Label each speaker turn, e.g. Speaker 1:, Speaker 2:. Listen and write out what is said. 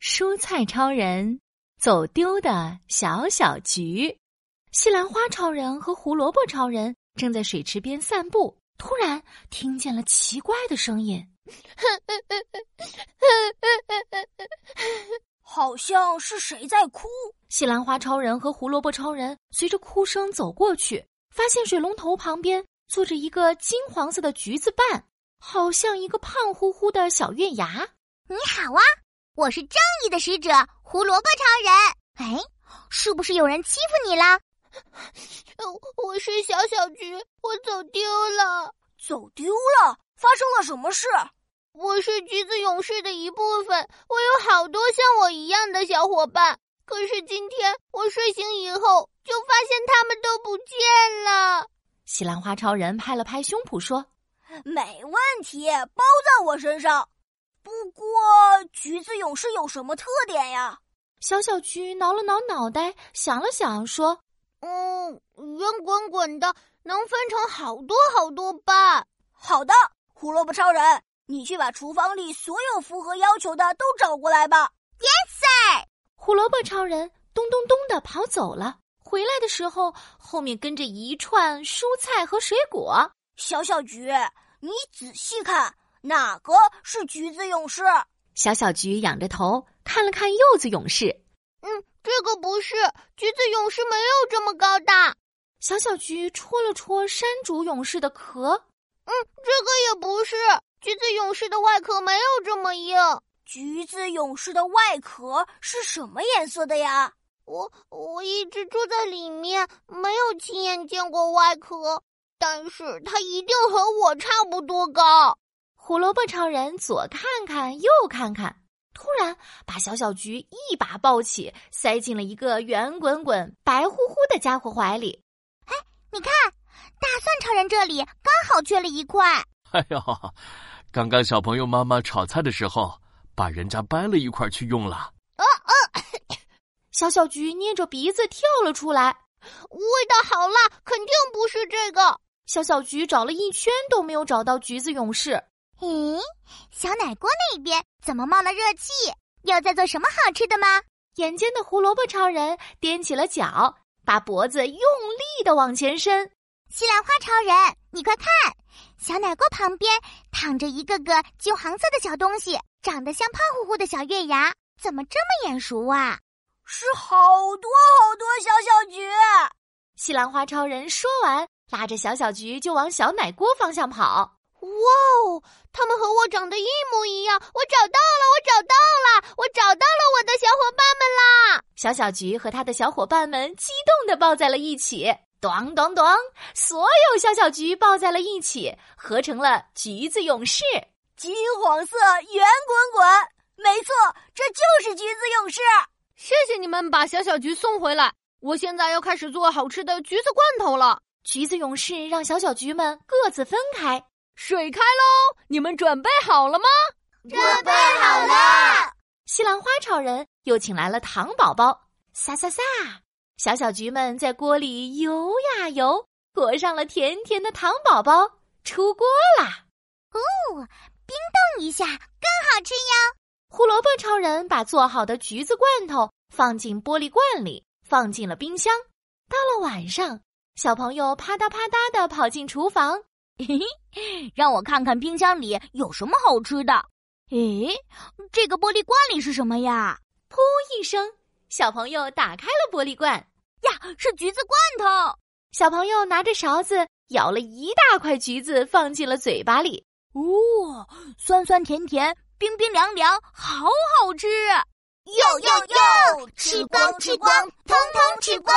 Speaker 1: 蔬菜超人走丢的小小菊，西兰花超人和胡萝卜超人正在水池边散步，突然听见了奇怪的声音，
Speaker 2: 好像是谁在哭。
Speaker 1: 西兰花超人和胡萝卜超人随着哭声走过去，发现水龙头旁边坐着一个金黄色的橘子瓣，好像一个胖乎乎的小月牙。
Speaker 3: 你好啊，我是正义的使者胡萝卜超人。哎，是不是有人欺负你了？
Speaker 4: 呃我是小小菊，我走丢了。
Speaker 2: 走丢了？发生了什么事？
Speaker 4: 我是橘子勇士的一部分，我有好多像我一样的小伙伴。可是今天我睡醒以后，就发现他们都不见了。
Speaker 1: 西兰花超人拍了拍胸脯说：“
Speaker 2: 没问题，包在我身上。”不过，橘子勇士有什么特点呀？
Speaker 1: 小小菊挠了挠脑袋，想了想，说：“
Speaker 4: 嗯，圆滚滚的，能分成好多好多瓣。”
Speaker 2: 好的，胡萝卜超人，你去把厨房里所有符合要求的都找过来吧。
Speaker 3: Yes sir。
Speaker 1: 胡萝卜超人咚咚咚的跑走了，回来的时候后面跟着一串蔬菜和水果。
Speaker 2: 小小菊，你仔细看。哪个是橘子勇士？
Speaker 1: 小小菊仰着头看了看柚子勇士，
Speaker 4: 嗯，这个不是橘子勇士，没有这么高大。
Speaker 1: 小小菊戳了戳山竹勇士的壳，
Speaker 4: 嗯，这个也不是橘子勇士的外壳没有这么硬。
Speaker 2: 橘子勇士的外壳是什么颜色的呀？
Speaker 4: 我我一直住在里面，没有亲眼见过外壳，但是它一定和我差不多高。
Speaker 1: 胡萝卜超人左看看右看看，突然把小小菊一把抱起，塞进了一个圆滚滚、白乎乎的家伙怀里。
Speaker 3: 哎，你看，大蒜超人这里刚好缺了一块。
Speaker 5: 哎呦，刚刚小朋友妈妈炒菜的时候，把人家掰了一块去用了。
Speaker 4: 啊啊！
Speaker 1: 小小菊捏着鼻子跳了出来，
Speaker 4: 味道好辣，肯定不是这个。
Speaker 1: 小小菊找了一圈都没有找到橘子勇士。
Speaker 3: 咦，小奶锅那边怎么冒了热气？又在做什么好吃的吗？
Speaker 1: 眼尖的胡萝卜超人踮起了脚，把脖子用力的往前伸。
Speaker 3: 西兰花超人，你快看，小奶锅旁边躺着一个个金黄色的小东西，长得像胖乎乎的小月牙，怎么这么眼熟啊？
Speaker 2: 是好多好多小小菊。
Speaker 1: 西兰花超人说完，拉着小小菊就往小奶锅方向跑。
Speaker 4: 哇哦！他们和我长得一模一样，我找到了，我找到了，我找到了我的小伙伴们啦！
Speaker 1: 小小菊和他的小伙伴们激动的抱在了一起，咚咚咚！所有小小菊抱在了一起，合成了橘子勇士。
Speaker 2: 金黄色圆滚滚，没错，这就是橘子勇士。
Speaker 4: 谢谢你们把小小菊送回来，我现在要开始做好吃的橘子罐头了。
Speaker 1: 橘子勇士让小小菊们各自分开。
Speaker 6: 水开喽！你们准备好了吗？
Speaker 7: 准备好了。
Speaker 1: 西兰花超人又请来了糖宝宝，撒撒撒！小小菊们在锅里游呀游，裹上了甜甜的糖宝宝，出锅啦！
Speaker 3: 哦，冰冻一下更好吃哟！
Speaker 1: 胡萝卜超人把做好的橘子罐头放进玻璃罐里，放进了冰箱。到了晚上，小朋友啪嗒啪嗒的跑进厨房。
Speaker 3: 嘿嘿，让我看看冰箱里有什么好吃的。诶，这个玻璃罐里是什么呀？
Speaker 1: 噗一声，小朋友打开了玻璃罐，
Speaker 3: 呀，是橘子罐头。
Speaker 1: 小朋友拿着勺子舀了一大块橘子，放进了嘴巴里。
Speaker 3: 哦，酸酸甜甜，冰冰凉凉，好好吃！啊
Speaker 7: 哟哟哟，吃光吃光，通通吃光！